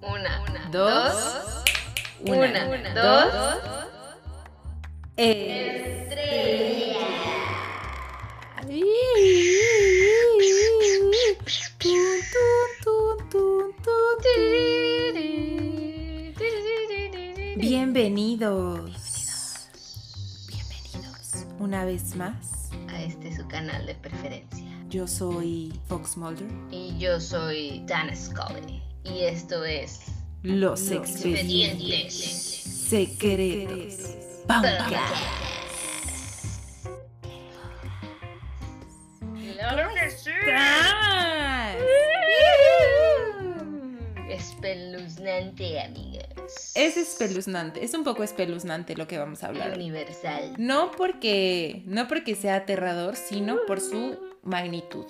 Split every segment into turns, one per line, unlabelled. Una,
dos,
una,
una,
dos,
eh. Bienvenidos. Bienvenidos. Una vez más,
A este su canal de preferencia.
yo soy Fox Mulder.
Y yo soy Dan Scully. Y esto es
Los expedientes
Expedientes.
secretos. Pumpkin.
Claro que sí. Espeluznante, amigas.
Es espeluznante, es un poco espeluznante lo que vamos a hablar. hoy.
universal.
No porque, no porque sea aterrador, sino por su magnitud.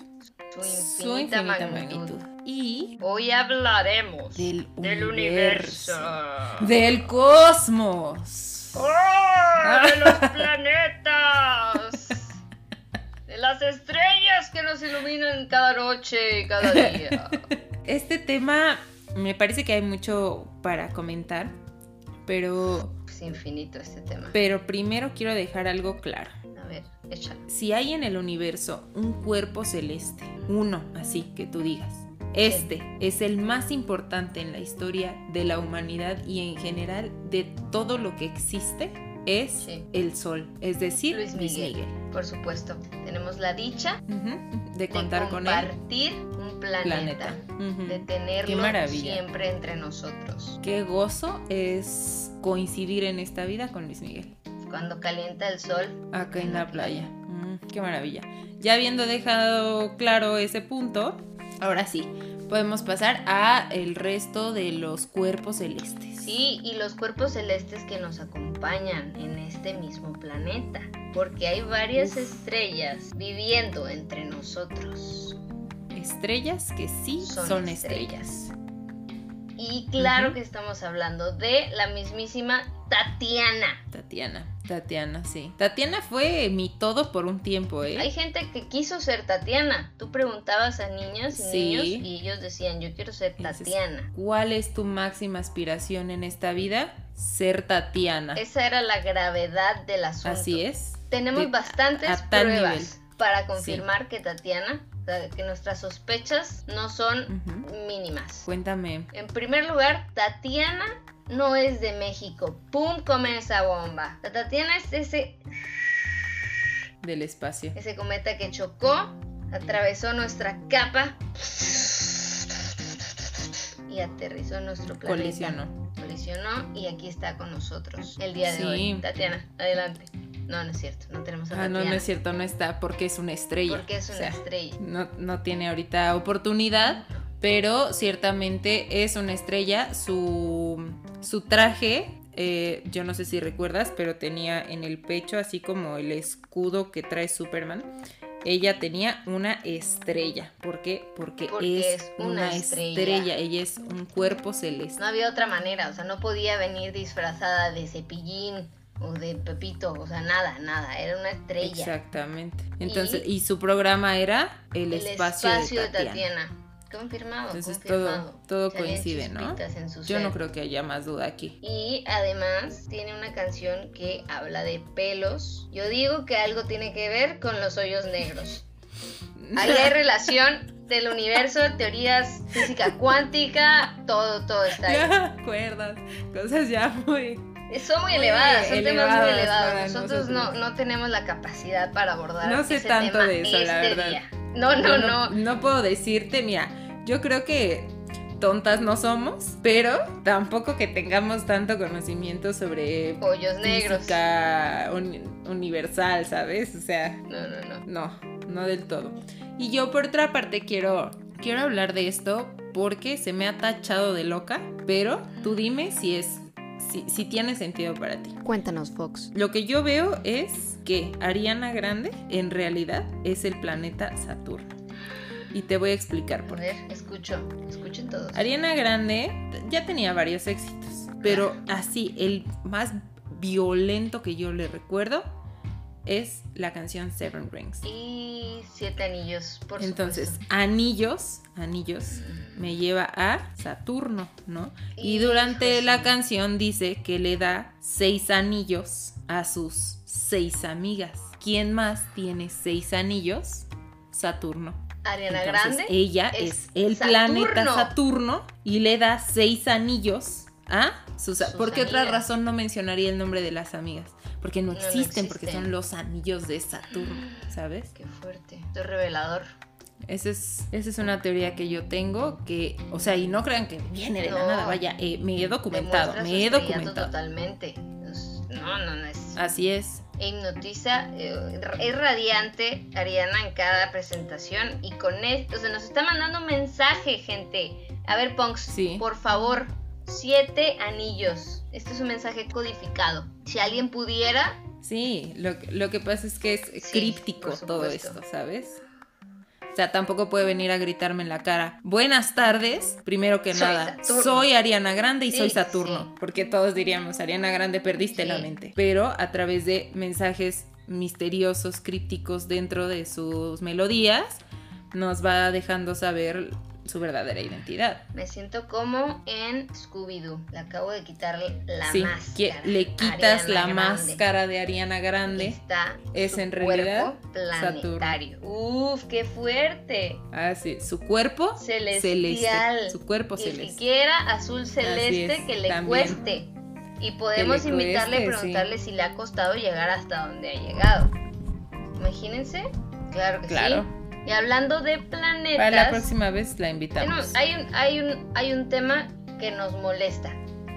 Su infinita, magnitud.
Y
Hoy hablaremos
del,
del universo.
universo. Del cosmos.
¡Oh! ¡De los planetas! De las estrellas que nos iluminan cada noche y cada día.
Este tema me parece que hay mucho para comentar, pero,
Es infinito este tema.
pero primero quiero dejar algo claro.
A ver, échalo.
Si hay en el universo un cuerpo celeste, uno así que tú digas, este es el más importante en la historia de la humanidad y en general de todo lo que existe, es
Sí.
el Sol, es decir,
Luis Miguel. Por supuesto, tenemos la dicha
Ujú, De
de
contar con el
compartir un planeta.
planeta. Ujú.
De tenerlo
Qué maravilla.
siempre entre nosotros.
Qué gozo es coincidir en esta vida con Luis Miguel.
Cuando calienta el sol,
Acá en la playa. Mm, qué maravilla. Ya habiendo dejado claro ese punto, ahora sí, podemos pasar a el resto de los cuerpos celestes.
sí, y los cuerpos celestes que nos acompañan en este mismo planeta. Porque hay varias
Uf.
estrellas viviendo entre nosotros.
Estrellas que sí
Son
son,
estrellas.
estrellas.
Y claro
Ujú.
que estamos hablando de la mismísima Tatiana.
Tatiana, Tatiana, sí. Tatiana fue mi todo por un tiempo, ¿eh?
Hay gente que quiso ser Tatiana. Tú preguntabas a niñas y
Sí.
niños y ellos decían, yo quiero ser
Ese es-
Tatiana.
¿Cuál es tu máxima aspiración en esta vida? Ser Tatiana.
Esa era la gravedad del asunto.
Ah. Así es.
Tenemos
De-
bastantes
a tal
pruebas para confirmar que Tatiana, o sea, que nuestras sospechas no son
Ujú.
mínimas.
Cuéntame.
En primer lugar, Tatiana no es de México. ¡Pum! Come esa bomba. La Tatiana es ese,
del espacio.
ese cometa que chocó, atravesó nuestra capa y aterrizó en nuestro planeta.
Colisionó.
Colisionó y aquí está con nosotros el día de
Sí.
hoy. Tatiana, adelante. No, no es cierto, no tenemos a
Ah, no, no
Tatiana.
es cierto, no está porque es una estrella.
Porque es una
O sea,
estrella.
No, no tiene ahorita oportunidad, pero ciertamente es una estrella. Su, su traje, eh, yo no sé si recuerdas, pero tenía en el pecho, así como el escudo que trae Superman. Ella tenía una estrella. ¿Por qué? Porque,
Porque
es,
es una
una,
estrella.
estrella. Ella es un cuerpo celeste.
No había otra manera, o sea, no podía venir disfrazada de cepillín o de Pepito, o sea, nada, nada, era una estrella.
Exactamente. Entonces, y, su programa era El, espacio, de Tatiana.
Confirmado,
Entonces,
confirmado.
todo- todo
Salían
coincide, ¿no?
chispitas en su
Yo no
ser.
creo que haya más duda aquí.
Y además tiene una canción que habla de pelos. Yo digo que algo tiene que ver con los hoyos negros. Ahí hay relación del universo, teorías, física cuántica, todo, todo está ahí.
ya acuerdas, cosas ya muy...
Son muy
Muy
elevadas, son temas muy
elevadas para
elevados. Nosotros,
nosotros.
No, no tenemos la capacidad para abordar
No sé
ese
tanto
tema
de eso, la
este
verdad.
día. No, no,
yo
no.
No puedo decirte, mira, yo creo que tontas no somos, pero tampoco que tengamos tanto conocimiento sobre
Pollos negros.
física un- universal, ¿sabes? O sea,
No, no, no.
No, no del todo. Y yo por otra parte quiero, quiero hablar de esto porque se me ha tachado de loca, pero tú dime si es si, si tiene sentido para ti.
Cuéntanos, Fox.
Lo que yo veo es que Ariana Grande en realidad es el planeta Saturno. Y te voy a explicar
A
por qué.
ver, escucho. Escuchen todos.
Ariana Grande ya tenía varios éxitos, pero así el más violento que yo le recuerdo es la canción Seven Rings.
Y siete anillos, por
Entonces,
supuesto.
anillos, anillos, me lleva a Saturno, ¿no? Y
Hijo
durante
de
la
su-
canción dice que le da seis anillos a sus seis amigas. ¿Quién más tiene seis anillos? Saturno.
Ariana
Entonces,
Grande.
ella
es
es el
Saturno.
planeta Saturno y le da seis anillos a sus.
Sus
¿Por qué otra
amigas.
razón no mencionaría el nombre de las amigas? Porque no,
No, no
existen, porque
existen.
son los anillos de Saturno, ¿sabes?
Qué fuerte. Esto es revelador.
Esa es, esa es una teoría que yo tengo, que, o sea, y no crean que viene de la
No.
nada, vaya, eh, me he documentado,
Demuestra su
me he
estrellato
documentado.
Totalmente. Es- No, no, no es.
Así es.
e hipnotiza, eh, es radiante Ariana en cada presentación y con esto, o sea, nos está mandando un mensaje, gente. A ver, Punks,
Sí.
por favor, siete anillos. Este es un mensaje codificado. Si alguien pudiera,
Sí, lo, que- lo que pasa es que es
Sí,
críptico
por
todo
supuesto.
esto, ¿sabes? O sea, tampoco puede venir a gritarme en la cara. Buenas tardes, primero que
Soy
nada,
Saturno".
soy Ariana Grande y
Sí,
soy Saturno,
sí.
porque todos diríamos, Ariana Grande, perdiste la
Sí.
mente. Pero a través de mensajes misteriosos, crípticos dentro de sus melodías, nos va dejando saber su verdadera identidad.
me siento como en Scooby-Doo. Le acabo de quitar la
sí, que
máscara.
le quitas
Ariana
la
Grande.
máscara de Ariana Grande.
Está
Es
su
en
cuerpo
realidad
planetario. Uf, qué fuerte.
Ah, sí, su cuerpo
Celestial.
celeste, Su cuerpo
Ni
celeste.
siquiera azul celeste
es,
que le
también.
cueste. Y podemos
cueste,
invitarle y
sí.
preguntarle si le ha costado llegar hasta donde ha llegado. Imagínense. Claro que
Claro.
sí. Y hablando de planetas.
Para la próxima vez la
bueno,
invitamos.
hay un, hay un, hay un tema que nos molesta.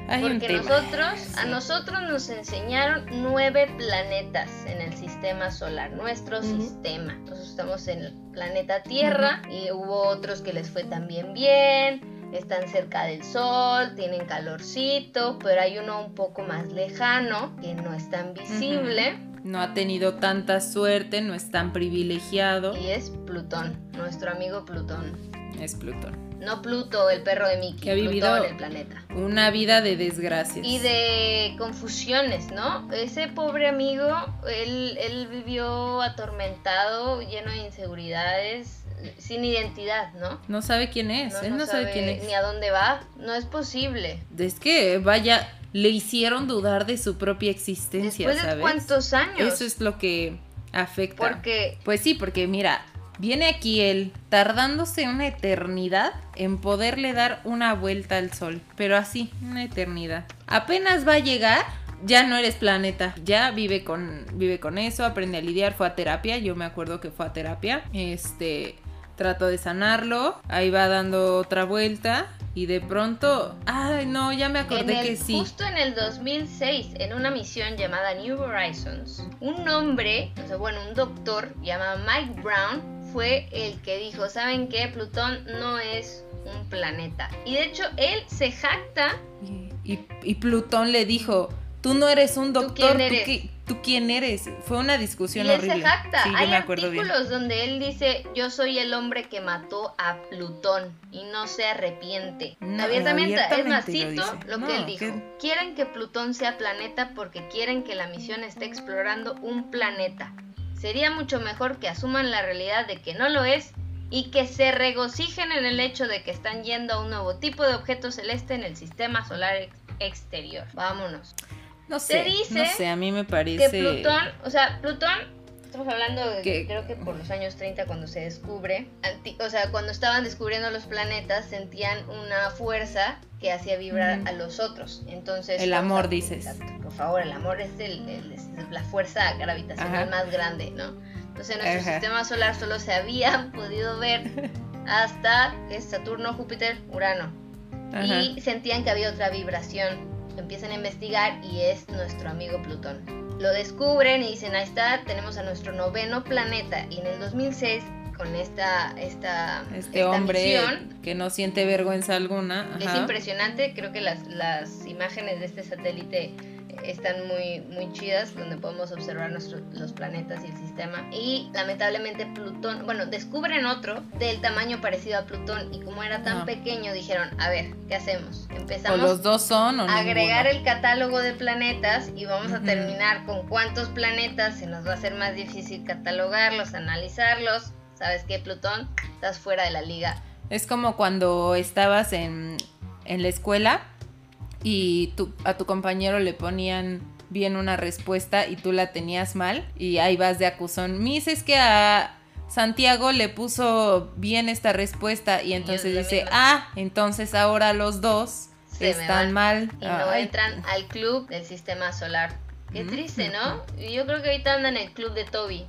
Hay un
porque
tema.
nosotros, a
Sí.
nosotros nos enseñaron nueve planetas en el sistema solar, nuestro
Ujú.
sistema. Nosotros estamos en el planeta Tierra y hubo otros que les fue también bien, están cerca del Sol, tienen calorcito, pero hay uno un poco más lejano que no es tan visible
No ha tenido tanta suerte, no es tan privilegiado.
y es Plutón, nuestro amigo Plutón.
Es Plutón.
No Pluto, el perro de Mickey,
Que ha vivido-
Plutón, el planeta.
Una vida de desgracias.
Y de confusiones, ¿no? Ese pobre amigo, él, él vivió atormentado, lleno de inseguridades, sin identidad, ¿no?
No sabe quién es. Él no, sabe, quién es.
ni a dónde va, no es posible.
Es que, vaya, le hicieron dudar de su propia existencia,
Después de
¿sabes?
cuántos años,
Eso es lo que afecta.
porque
Pues sí, porque mira, viene aquí él tardándose una eternidad en poderle dar una vuelta al sol, pero así, una eternidad. Apenas va a llegar, ya no eres planeta, ya vive con, vive con eso, aprende a lidiar, fue a terapia, yo me acuerdo que fue a terapia, este, trató de sanarlo, ahí va dando otra vuelta y de pronto, ay no, ya me
en
acordé
el-
que sí.
justo en el 2006, en una misión llamada New Horizons, un hombre, o sea, bueno, un doctor llamado Mike Brown fue el que dijo, ¿saben qué? Plutón no es un planeta. Y de hecho, él se jacta
Y, y Plutón le dijo, tú no eres un doctor,
quién
¿tú quién
eres?"
eres? ¿tú quién eres? Fue una
y
discusión
él se
horrible.
jacta.
Sí, yo
Hay
me acuerdo bien.
artículos donde él dice, yo soy el hombre que mató a Plutón y no se arrepiente.
No,
abiertamente, es más,
abiertamente lo
cito
dice.
lo, que
No,
él dijo.
qué-
Quieren que Plutón sea planeta porque quieren que la misión esté explorando un planeta. Sería mucho mejor que asuman la realidad de que no lo es y que se regocijen en el hecho de que están yendo a un nuevo tipo de objeto celeste en el sistema solar ex- exterior. Vámonos.
No sé,
dice
no sé, a mí me
que
parece...
Plutón, o sea, Plutón, estamos hablando de,
Que-
creo que por los años 30 cuando se descubre, anti- o sea, cuando estaban descubriendo los planetas sentían una fuerza que hacía vibrar
Ujú.
a los otros. Entonces,
Mm. El
vamos
amor,
a-
dices.
Exacto, por favor, el amor es, el- el- es la fuerza gravitacional
Ajá.
más grande, ¿no? Entonces, en nuestro
Ajá.
sistema solar solo se habían podido ver hasta que Saturno, Júpiter, Urano
Ajá.
y sentían que había otra vibración. Empiezan a investigar y es nuestro amigo Plutón. Lo descubren y dicen, ahí está, tenemos a nuestro noveno planeta. Y en el 2006, con esta, esta,
Este
esta
hombre
misión,
que no siente vergüenza alguna.
que es
ajá.
impresionante, creo que las, las imágenes de este satélite eh, están muy, muy chidas, donde podemos observar nuestro- los planetas y el sistema. Y lamentablemente Plutón, bueno, descubren otro del tamaño parecido a Plutón y como era tan
Ah.
pequeño dijeron, a ver, ¿qué hacemos?
O
Empezamos
los dos son o
agregar
ninguno.
el catálogo de planetas y vamos a
Ujú.
terminar con cuántos planetas se nos va a hacer más difícil catalogarlos, analizarlos. ¿Sabes qué, Plutón? Estás fuera de la liga.
Es como cuando estabas en, en la escuela y tu- a tu compañero le ponían bien una respuesta y tú la tenías mal y ahí vas de acusón. Mis es que a Santiago le puso bien esta respuesta y entonces
la
dice,
misma.
ah, entonces ahora los dos
Se me
están
van.
mal.
Y no
Ay,
entran al club del sistema solar. Qué
Mm.
triste, ¿no? Y Yo creo que ahorita andan en el club de Toby.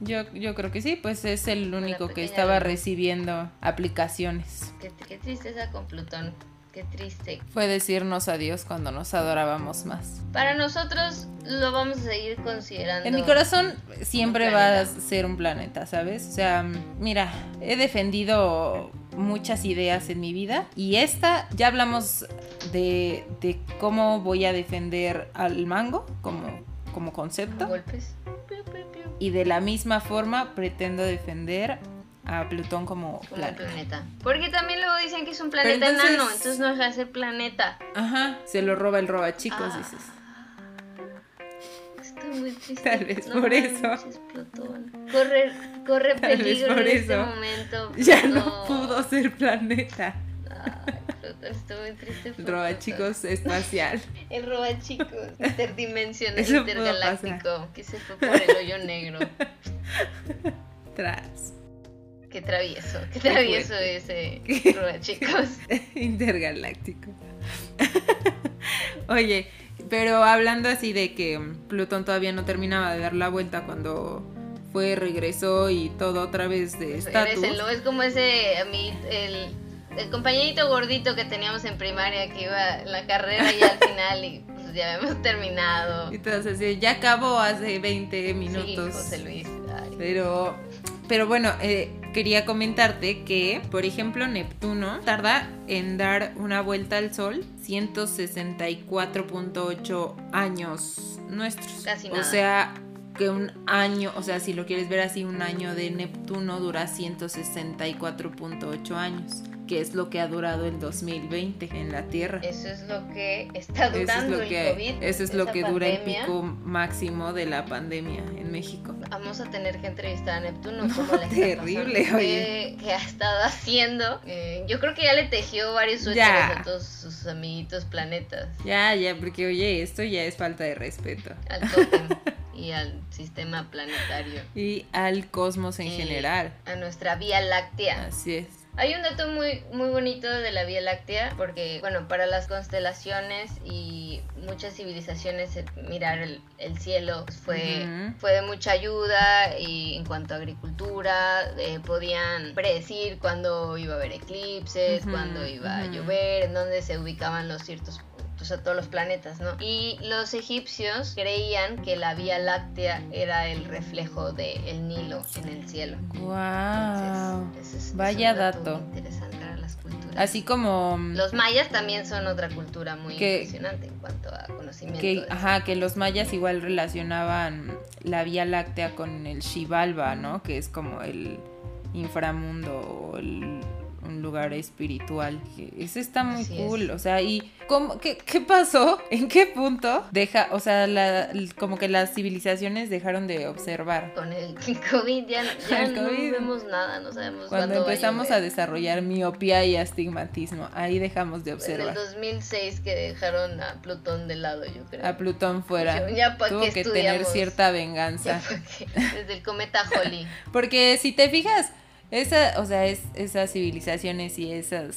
yo, yo creo que sí, pues es el único que
pequeña
estaba
reunión.
recibiendo aplicaciones.
Qué, qué tristeza con Plutón. Qué triste.
Fue decirnos adiós cuando nos adorábamos más.
Para nosotros lo vamos a seguir considerando.
En mi corazón siempre
Un
va a
planeta.
ser un planeta, ¿sabes? O sea, mm, mira, he defendido muchas ideas en mi vida y esta, ya hablamos de, de cómo voy a defender al mango como, como concepto
Golpes. Piu, piu, piu.
y de la misma forma pretendo defender a Plutón como
Como
planeta.
planeta. Porque también luego dicen que es un planeta
entonces-
enano, entonces no deja de ser planeta.
Ajá, se lo roba el roba chicos,
Ah,
dices.
Estoy muy triste.
Tal vez por eso.
manches, Plutón. Corre, corre
Tal vez
peligro
por
en este
eso.
momento.
Ya no
Plutón.
pudo ser planeta.
Ay, Plutón, estoy muy triste. por
Roba
Plutón.
chicos espacial.
El roba chicos. Interdimensional,
Eso pudo
intergaláctico. Que se fue por el hoyo negro.
Tras.
Qué travieso. Qué travieso
fuerte.
ese
Qué-
roba chicos.
Intergaláctico. Oye, pero hablando así de que mm, Plutón todavía no terminaba de dar la vuelta cuando fue, regresó y todo otra vez de estatus.
Regrésenlo, es como ese ami- el, el compañerito gordito que teníamos en primaria que iba en la carrera y al final y pues, ya habíamos terminado.
Y todas así, ya acabó hace 20
Sí,
minutos.
José Luis. ay.
Pero, pero bueno, eh, quería comentarte que, por ejemplo, Neptuno tarda en dar una vuelta al Sol 164.8 años nuestros.
Casi
O
nada.
sea, que un año, o sea, si lo quieres ver así, un año de Neptuno dura 164.8 años, que es lo que ha durado el 2020 en la Tierra.
Eso es lo que está
Eso es
durando
lo que,
el COVID.
eso es lo
esa
que dura el
pandemia.
pico máximo de la pandemia en México.
Vamos a tener que entrevistar a Neptuno.
No,
¿cómo la está
terrible,
pasando? ¿Qué,
oye.
qué ha estado haciendo? Eh, yo creo que ya le tejió varios
Ya.
suéteres a todos sus amiguitos planetas.
Ya, ya, porque oye, esto ya es falta de respeto.
Al tótem y al sistema planetario.
Y al cosmos en
Sí.
general.
A nuestra Vía Láctea.
Así es.
Hay un dato muy, muy bonito de la Vía Láctea, porque, bueno, para las constelaciones y muchas civilizaciones, eh, mirar el, el cielo fue,
Ujú.
fue de mucha ayuda y en cuanto a agricultura, eh, podían predecir cuándo iba a haber eclipses,
Ujú,
cuándo iba a
ujú.
llover, en dónde se ubicaban los ciertos o sea, todos los planetas, ¿no? Y los egipcios creían que la Vía Láctea era el reflejo del Nilo en el cielo.
Wow.
Entonces, ese es- es
Vaya
un
dato.
muy Interesante para las culturas.
Así como mm,
los mayas también son otra cultura muy
Que-
impresionante en cuanto a conocimiento.
que,
de-
ajá, que los mayas igual relacionaban la Vía Láctea con el Xibalba, ¿no? Que es como el inframundo o el- un lugar espiritual. Que Ese está muy
Así es.
cool, o sea, ¿y cómo, qué, qué pasó? ¿En qué punto deja, o sea, la- como que las civilizaciones dejaron de observar?
Con el COVID ya, ya
El
no
COVID.
vemos nada, no sabemos
Cuando
cuándo va
empezamos a
llover.
desarrollar miopía y astigmatismo, ahí dejamos de
En el
observar.
2006 que dejaron a Plutón de lado, yo creo.
A Plutón fuera.
Dijeron, "Ya pa'
Tuvo
qué
que tener
estudiamos".
cierta
Ya
venganza.
porque- Desde el cometa Holly.
Porque si te fijas, esa, o sea, es, esas civilizaciones y esos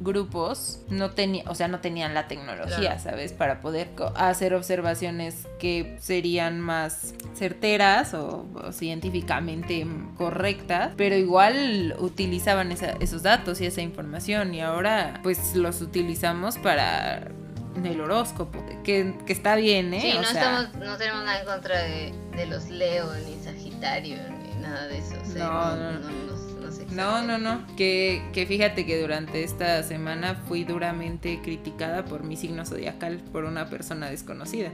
grupos no tenían, o sea, no tenían la tecnología,
Claro.
¿sabes? Para poder co- hacer observaciones que serían más certeras o, o científicamente mm, correctas, pero igual utilizaban esa- esos datos y esa información y ahora pues los utilizamos para el horóscopo, que, que está bien, ¿eh?
Sí,
O
no,
sea,
estamos, no tenemos nada en contra de, de los Leo, ni Sagitario, ni nada de eso. o sea,
No,
no,
no,
no nos- nos
No, no, no. Que, que fíjate que durante esta semana fui duramente criticada por mi signo zodiacal por una persona desconocida.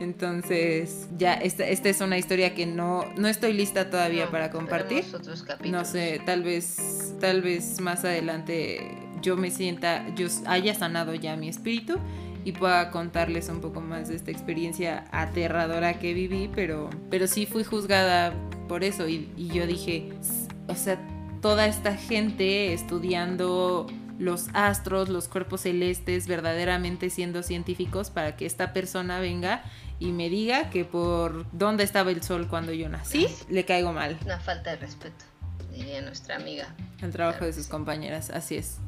Entonces, ya, esta, esta es una historia que no, no estoy lista todavía
No,
para compartir.
veremos otros
No
capítulos.
sé, tal vez, tal vez más adelante yo me sienta, yo haya sanado ya mi espíritu y pueda contarles un poco más de esta experiencia aterradora que viví, pero, pero sí fui juzgada por eso y, y yo dije, "S- o sea, toda esta gente estudiando los astros, los cuerpos celestes, verdaderamente siendo científicos para que esta persona venga y me diga que por dónde estaba el sol cuando yo nací, le caigo mal
Una falta de respeto, diría nuestra amiga.
al trabajo de sus compañeras, así es,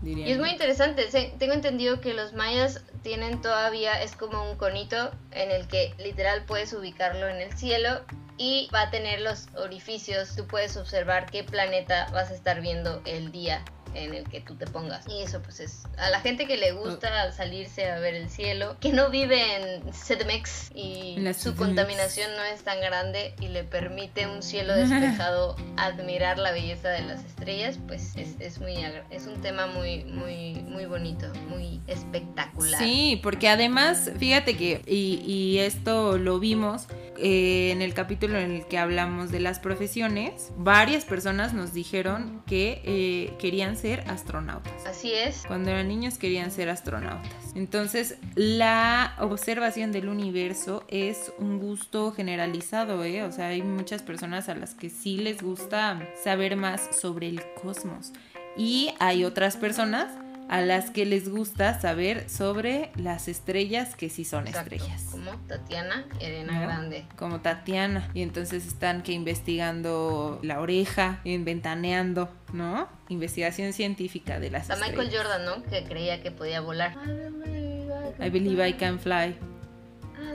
diría.
Y es muy interesante, se- tengo entendido que los mayas tienen todavía, es como un conito en el que literal puedes ubicarlo en el cielo y va a tener los orificios, tú puedes observar qué planeta vas a estar viendo el día en el que tú te pongas. Y eso pues es a la gente que le
Oh.
gusta salirse a ver el cielo, que no vive en CDMX y
En la
su
CDMX.
contaminación no es tan grande y le permite un cielo despejado admirar la belleza de las estrellas, pues es, es muy agra- es un tema muy muy muy bonito, muy espectacular.
Sí, porque además, fíjate que, y, y esto lo vimos eh, en el capítulo en el que hablamos de las profesiones, varias personas nos dijeron que eh, querían ser astronautas.
Así es.
Cuando eran niños querían ser astronautas. Entonces, la observación del universo es un gusto generalizado, ¿eh? O sea, hay muchas personas a las que sí les gusta saber más sobre el cosmos. Y hay otras personas a las que les gusta saber sobre las estrellas que sí son
Exacto,
estrellas.
Como Tatiana y Elena
¿no?
Grande.
Como Tatiana. Y entonces están que investigando la oreja, inventaneando, ¿no? Investigación científica de las
Está Michael
estrellas.
Jordan, ¿no? Que creía que podía volar.
I believe I can fly.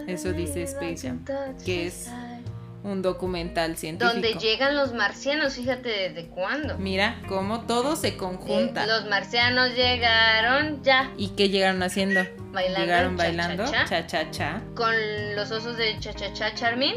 Eso dice Space Jam, que es un documental científico.
Donde llegan los marcianos, fíjate desde cuándo.
Mira cómo todo se conjunta.
Eh, los marcianos llegaron ya
¿Y qué llegaron haciendo?
Bailando
llegaron
cha,
bailando.
cha,
Cha, cha, cha.
con los osos de cha-cha-cha Charmin.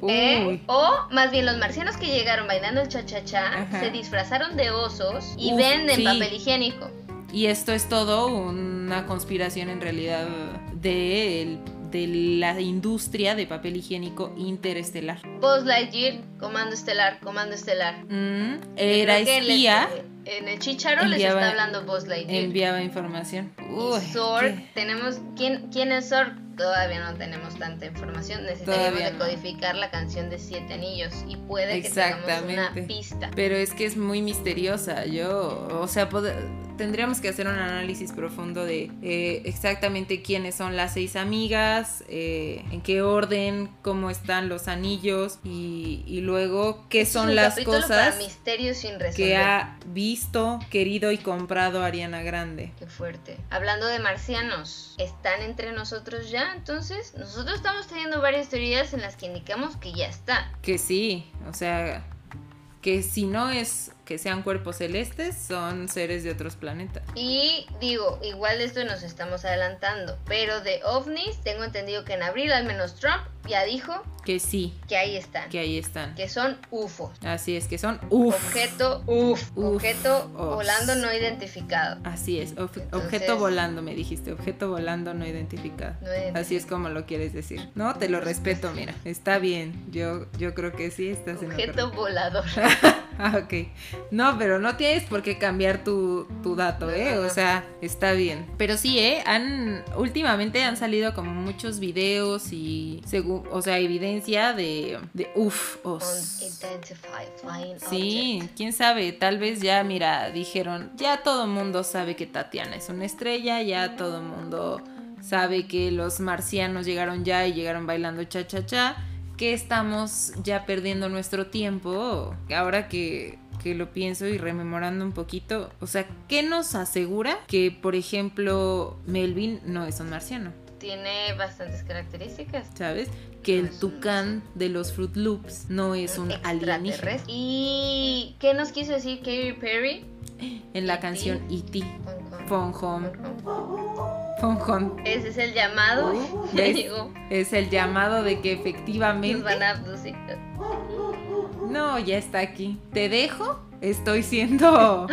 Uy.
Eh, o más bien los marcianos que llegaron bailando el cha-cha-cha
Ajá.
se disfrazaron de osos y
Uf,
venden
sí.
papel higiénico.
Y esto es todo una conspiración en realidad de, el- de la industria de papel higiénico interestelar.
Buzz Lightyear, Comando Estelar, Comando Estelar.
Mm, Era
Creo que eh, les-
espía,
en el chicharo les
enviaba-
está hablando Buzz Lightyear.
enviaba información. Uy,
Y Zorg,
qué-
tenemos. ¿quién, ¿Quién es Zorg? Todavía no tenemos tanta información. Necesitaríamos
Todavía no.
decodificar la canción de Siete Anillos y puede que tengamos una
Exactamente.
pista.
Pero es que es muy misteriosa. Yo, o sea, pod- tendríamos que hacer un análisis profundo de eh, exactamente quiénes son las seis amigas, eh, en qué orden, cómo están los anillos y, y luego qué
Este Es
son
un
las
capítulo Para
cosas
misterios sin resolver.
que ha visto, querido y comprado Ariana Grande.
Qué fuerte. Hablando de marcianos, ¿están entre nosotros ya? Entonces, nosotros estamos teniendo varias teorías en las que indicamos que ya está.
Que sí, o sea, que si no es que sean cuerpos celestes, son seres de otros planetas.
Y digo, igual de esto nos estamos adelantando, pero de ovnis tengo entendido que en abril al menos Trump ya dijo
Que sí,
que ahí están,
que ahí están.
que son UFOs.
Así es que son uf.
Objeto, uf,
Uf,
objeto
os.
volando no identificado.
Así es, ob- objeto
Entonces-
volando me dijiste, objeto volando no identificado.
No identificado.
Así es como lo quieres decir. No, te lo respeto, mira, está bien. Yo yo creo que sí estás en lo
Objeto volador.
correcto. Ah, ok. No, pero no tienes por qué cambiar tu, tu dato,
No,
¿eh?
no,
O
no.
sea, está bien. Pero sí, ¿eh? Han, últimamente han salido como muchos videos y, según, o sea, evidencia de, de uff, os.
Unidentified flying
Sí,
object.
quién sabe, tal vez ya, mira, dijeron, ya todo mundo sabe que Tatiana es una estrella, ya todo mundo sabe que los marcianos llegaron ya y llegaron bailando cha cha cha, que estamos ya perdiendo nuestro tiempo, ahora que que lo pienso y rememorando un poquito, o sea, ¿qué nos asegura que, por ejemplo, Melvin no es un marciano?
Tiene bastantes características.
¿Sabes? Que
No
el
es un
tucán de los Fruit Loops no es un alienígena.
extraterrestre. ¿Y qué nos quiso decir Katy Perry?
En la
E.T..
canción E.T. Phone Home. Phone Home.
Ese es el llamado. Ya
¿Ves?
llegó.
Es el llamado de que
Nos
efectivamente
van a abducir.
No, ya está aquí. Te dejo. Estoy siendo Oh,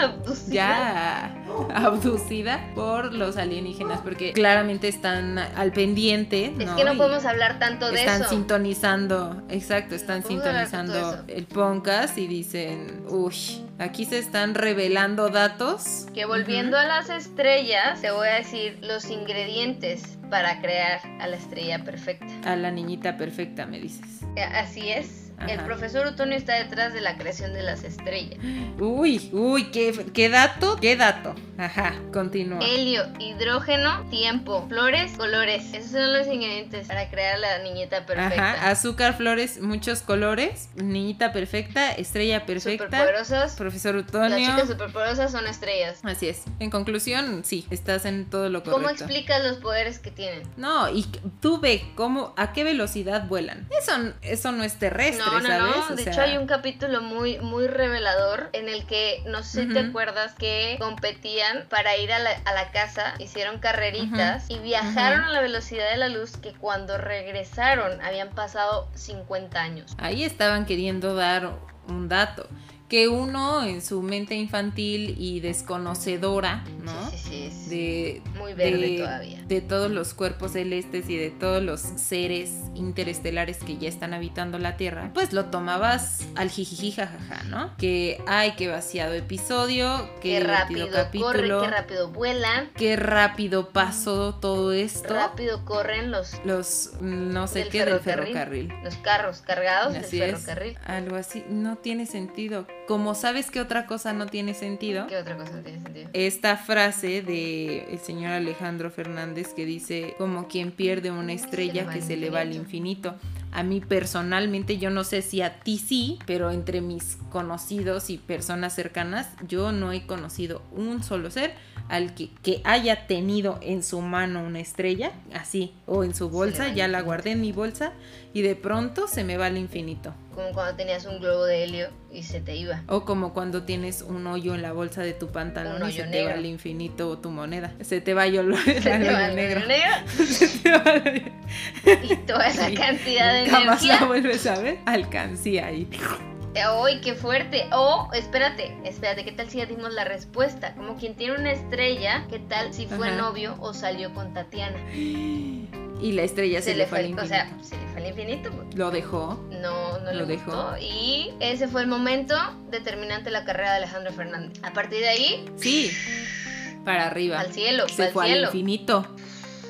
ya abducida por los alienígenas porque claramente están al pendiente.
Es que no podemos hablar tanto de
están
eso.
sintonizando, exacto, están
podemos hablar tanto de
sintonizando
eso.
el podcast y dicen, uy, aquí se están revelando datos.
Que volviendo a las estrellas, te voy a decir los ingredientes para crear a la estrella perfecta.
a la niñita perfecta, me dices.
Eh, Así es. El
Ajá.
profesor Otonio está detrás de la creación de las estrellas.
Uy, uy, qué, qué dato, qué dato. Ajá, continúa.
Helio, hidrógeno, tiempo, flores, colores. Esos son los ingredientes para crear la niñeta
Ajá,
perfecta.
azúcar, flores, muchos colores, niñita perfecta, estrella perfecta,
Superpoderosas.
profesor
Las
Utonio.
chicas superpoderosas son estrellas.
Así es. En conclusión, sí, estás en todo lo correcto.
¿Cómo explicas los poderes que tienen?
No, y tú ve cómo, a qué velocidad vuelan. Eso, eso no es terrestre,
No, no,
¿sabes?
no.
O
De
sea,
hecho, hay un capítulo muy, muy revelador en el que no sé si te
Ujú.
acuerdas que competían para ir a la, a la casa, hicieron carreritas y viajaron
Ujú.
a la velocidad de la luz que cuando regresaron habían pasado 50 años.
Ahí estaban queriendo dar un dato que uno en su mente infantil y desconocedora, ¿no?
Sí, sí, sí. sí.
De,
Muy verde
de-
todavía.
de todos los cuerpos celestes y de todos los seres interestelares que ya están habitando la Tierra, pues lo tomabas al jijiji jajaja, ¿no? Que ay, qué vaciado episodio, qué,
Qué
divertido
rápido corre,
capítulo,
qué rápido vuelan,
qué rápido pasó todo esto.
rápido corren los,
Los mm, no sé
Del
qué del
ferrocarril.
ferrocarril.
los carros cargados
Así
del
es,
ferrocarril.
algo así, no tiene sentido. Como sabes que otra cosa no tiene sentido,
¿Qué otra cosa no tiene sentido?
esta frase de el señor Alejandro Fernández que dice como quien pierde una estrella que se le va al infinito. A mí personalmente yo no sé si a ti sí, pero entre mis conocidos y personas cercanas yo no he conocido un solo ser al que, que haya tenido en su mano una estrella, así, o en su
le va
bolsa,
al
ya la
infinito.
guardé en mi bolsa y de pronto se me va al infinito.
Como cuando tenías un globo de helio y se te iba.
O como cuando tienes un hoyo en la bolsa de tu pantalón
Un
y se
hoyo
te va
negro.
al infinito o tu moneda. Se te va yo lo
Se te va el
negro.
negro.
Se te va el hoyo.
y toda esa
Y
cantidad de
Nunca más la
energía.
vuelves a ver. Alcancía ahí.
¡Ay, qué fuerte! O, espérate, espérate, ¿qué tal si ya dimos la respuesta? Como quien tiene una estrella, ¿qué tal si fue
Ajá.
novio o salió con Tatiana?
Y la estrella se, le fue al infinito.
o sea, se le fue al infinito. pues.
lo dejó.
No, no
Lo
le
dejó.
gustó. Y ese fue el momento determinante de la carrera de Alejandro Fernández. A partir de ahí,
Sí. Para arriba.
al cielo,
se
al
fue al
cielo.
infinito.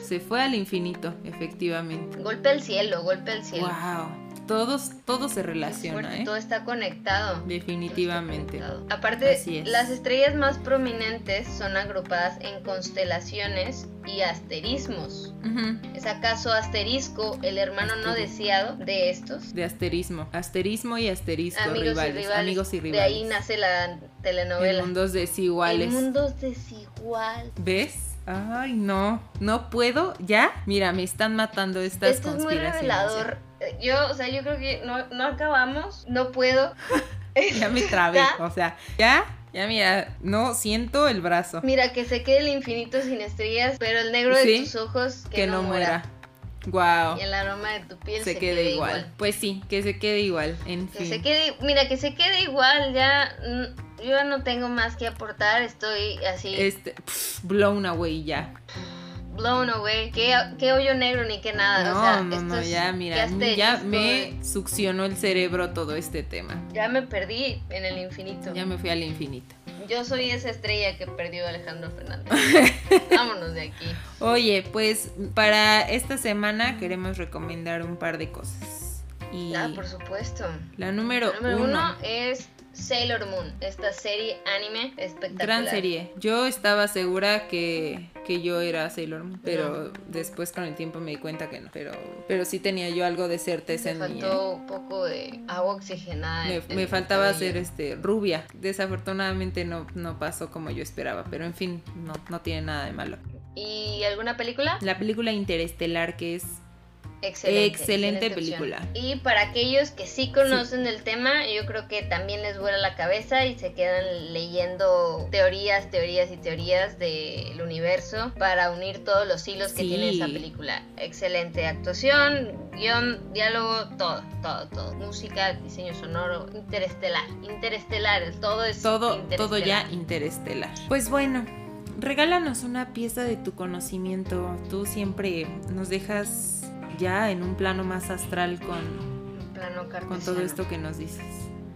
Se fue al infinito, efectivamente.
Golpe al cielo, golpe al cielo.
Wow. Todos, todo se
Qué
relaciona,
fuerte,
¿eh?
Todo está conectado.
Definitivamente.
Todo. Aparte,
Así es.
las estrellas más prominentes son agrupadas en constelaciones y asterismos.
Ujú.
¿Es acaso asterisco el hermano no deseado de estos?
De asterismo. Asterismo y asterisco. rivales, Amigos y
De ahí
rivales.
nace la telenovela.
En mundos desiguales.
El mundo es desigual.
¿Ves? Ay, no. No puedo. ¿Ya? Mira, me están matando estas
Esto es muy
conspiraciones.
revelador. Eh, Yo, o sea, yo creo que no, no acabamos, no puedo.
Ya me trabé.
Ya.
O sea, ya, ya mira, no siento el brazo.
Mira, que se quede el infinito sin estrellas, pero el negro de
Sí,
tus ojos que,
Que no muera. Guau.
Y el aroma de tu piel
Se, quede igual. Pues sí, que se quede igual. En
Que
fin.
se quede, mira, que se quede igual, ya mm, yo ya no tengo más que aportar, estoy así
Este, pff, blown away ya.
blown away, qué, qué hoyo negro ni qué nada,
no,
Ah, o sea,
no,
esto
no,
es- este
ya,
qué
mira, a mí ya
asterisco, eh.
me succionó el cerebro todo este tema.
ya me perdí en el infinito.
Ya me fui al infinito.
Yo soy esa estrella que perdió Alejandro Fernández. Vámonos de aquí.
Oye, pues para esta semana queremos recomendar un par de cosas. Y
Ah, por supuesto.
la número,
Número uno.
uno,
es Sailor Moon, esta serie anime espectacular.
gran serie. Yo estaba segura que, que yo era Sailor Moon, pero después con el tiempo me di cuenta que no. Pero, pero sí tenía yo algo de certeza
Me
en mí.
faltó un poco de agua oxigenada.
¿eh?
en-
Me,
en
me
el
faltaba
cabello.
ser este rubia. Desafortunadamente no, no pasó como yo esperaba, pero en fin, no, no tiene nada de malo.
¿Y alguna película?
La película interestelar que es
Excelente,
Excelente
opción.
película.
Y para aquellos que sí conocen el tema, yo creo que también les vuela la cabeza y se quedan leyendo teorías, teorías y teorías del universo para unir todos los hilos que
Sí.
tiene esa película. Excelente actuación, guión, diálogo, todo, todo, todo. Música, diseño sonoro, interestelar, interestelar, todo es
Todo, todo
interestelar.
ya interestelar. Pues bueno, regálanos una pieza de tu conocimiento. Tú siempre nos dejas ya en un plano más astral con,
En plano
con
cartesiano.
todo esto que nos dices.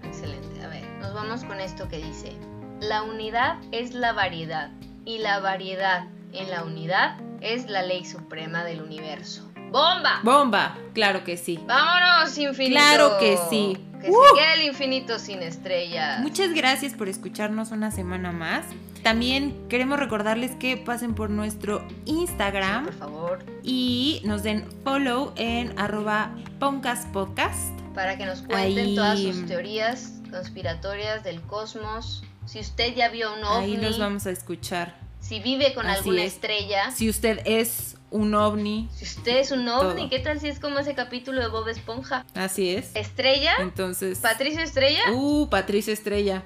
Excelente, a ver, nos vamos con esto que dice, la unidad es la variedad y la variedad en la unidad es la ley suprema del universo. ¡Bomba!
¡Bomba! Claro que sí.
¡Vámonos, infinito!
Claro que sí.
Que
¡Uh!
se quede el infinito sin estrellas.
Muchas gracias por escucharnos una semana más. También queremos recordarles que pasen por nuestro Instagram
Por favor,
y nos den follow en arroba poncaspodcast.
para que nos cuenten
Ahí-
todas sus teorías conspiratorias del cosmos. Si usted ya vio un ovni,
Ahí nos vamos a escuchar.
si vive con
Así
alguna
es.
estrella,
Si usted es un ovni,
si usted es un ovni,
Todo.
¿qué tal si es como ese capítulo de Bob Esponja?
así es.
Estrella,
Entonces,
Patricio Estrella,
uh, Patricia Estrella.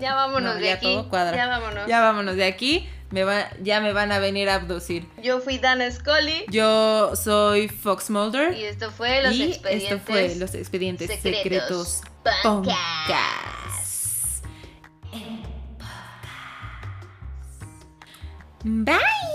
ya vámonos
Uh, no,
de
ya
aquí.
todo cuadra.
Ya vámonos.
Ya vámonos de aquí, me va, ya me van a venir a abducir.
Yo fui Dana Scully
Yo soy Fox Mulder
y esto fue Los
y
Expedientes.
esto fue los expedientes secretos.
Secretos
Podcast. Bye.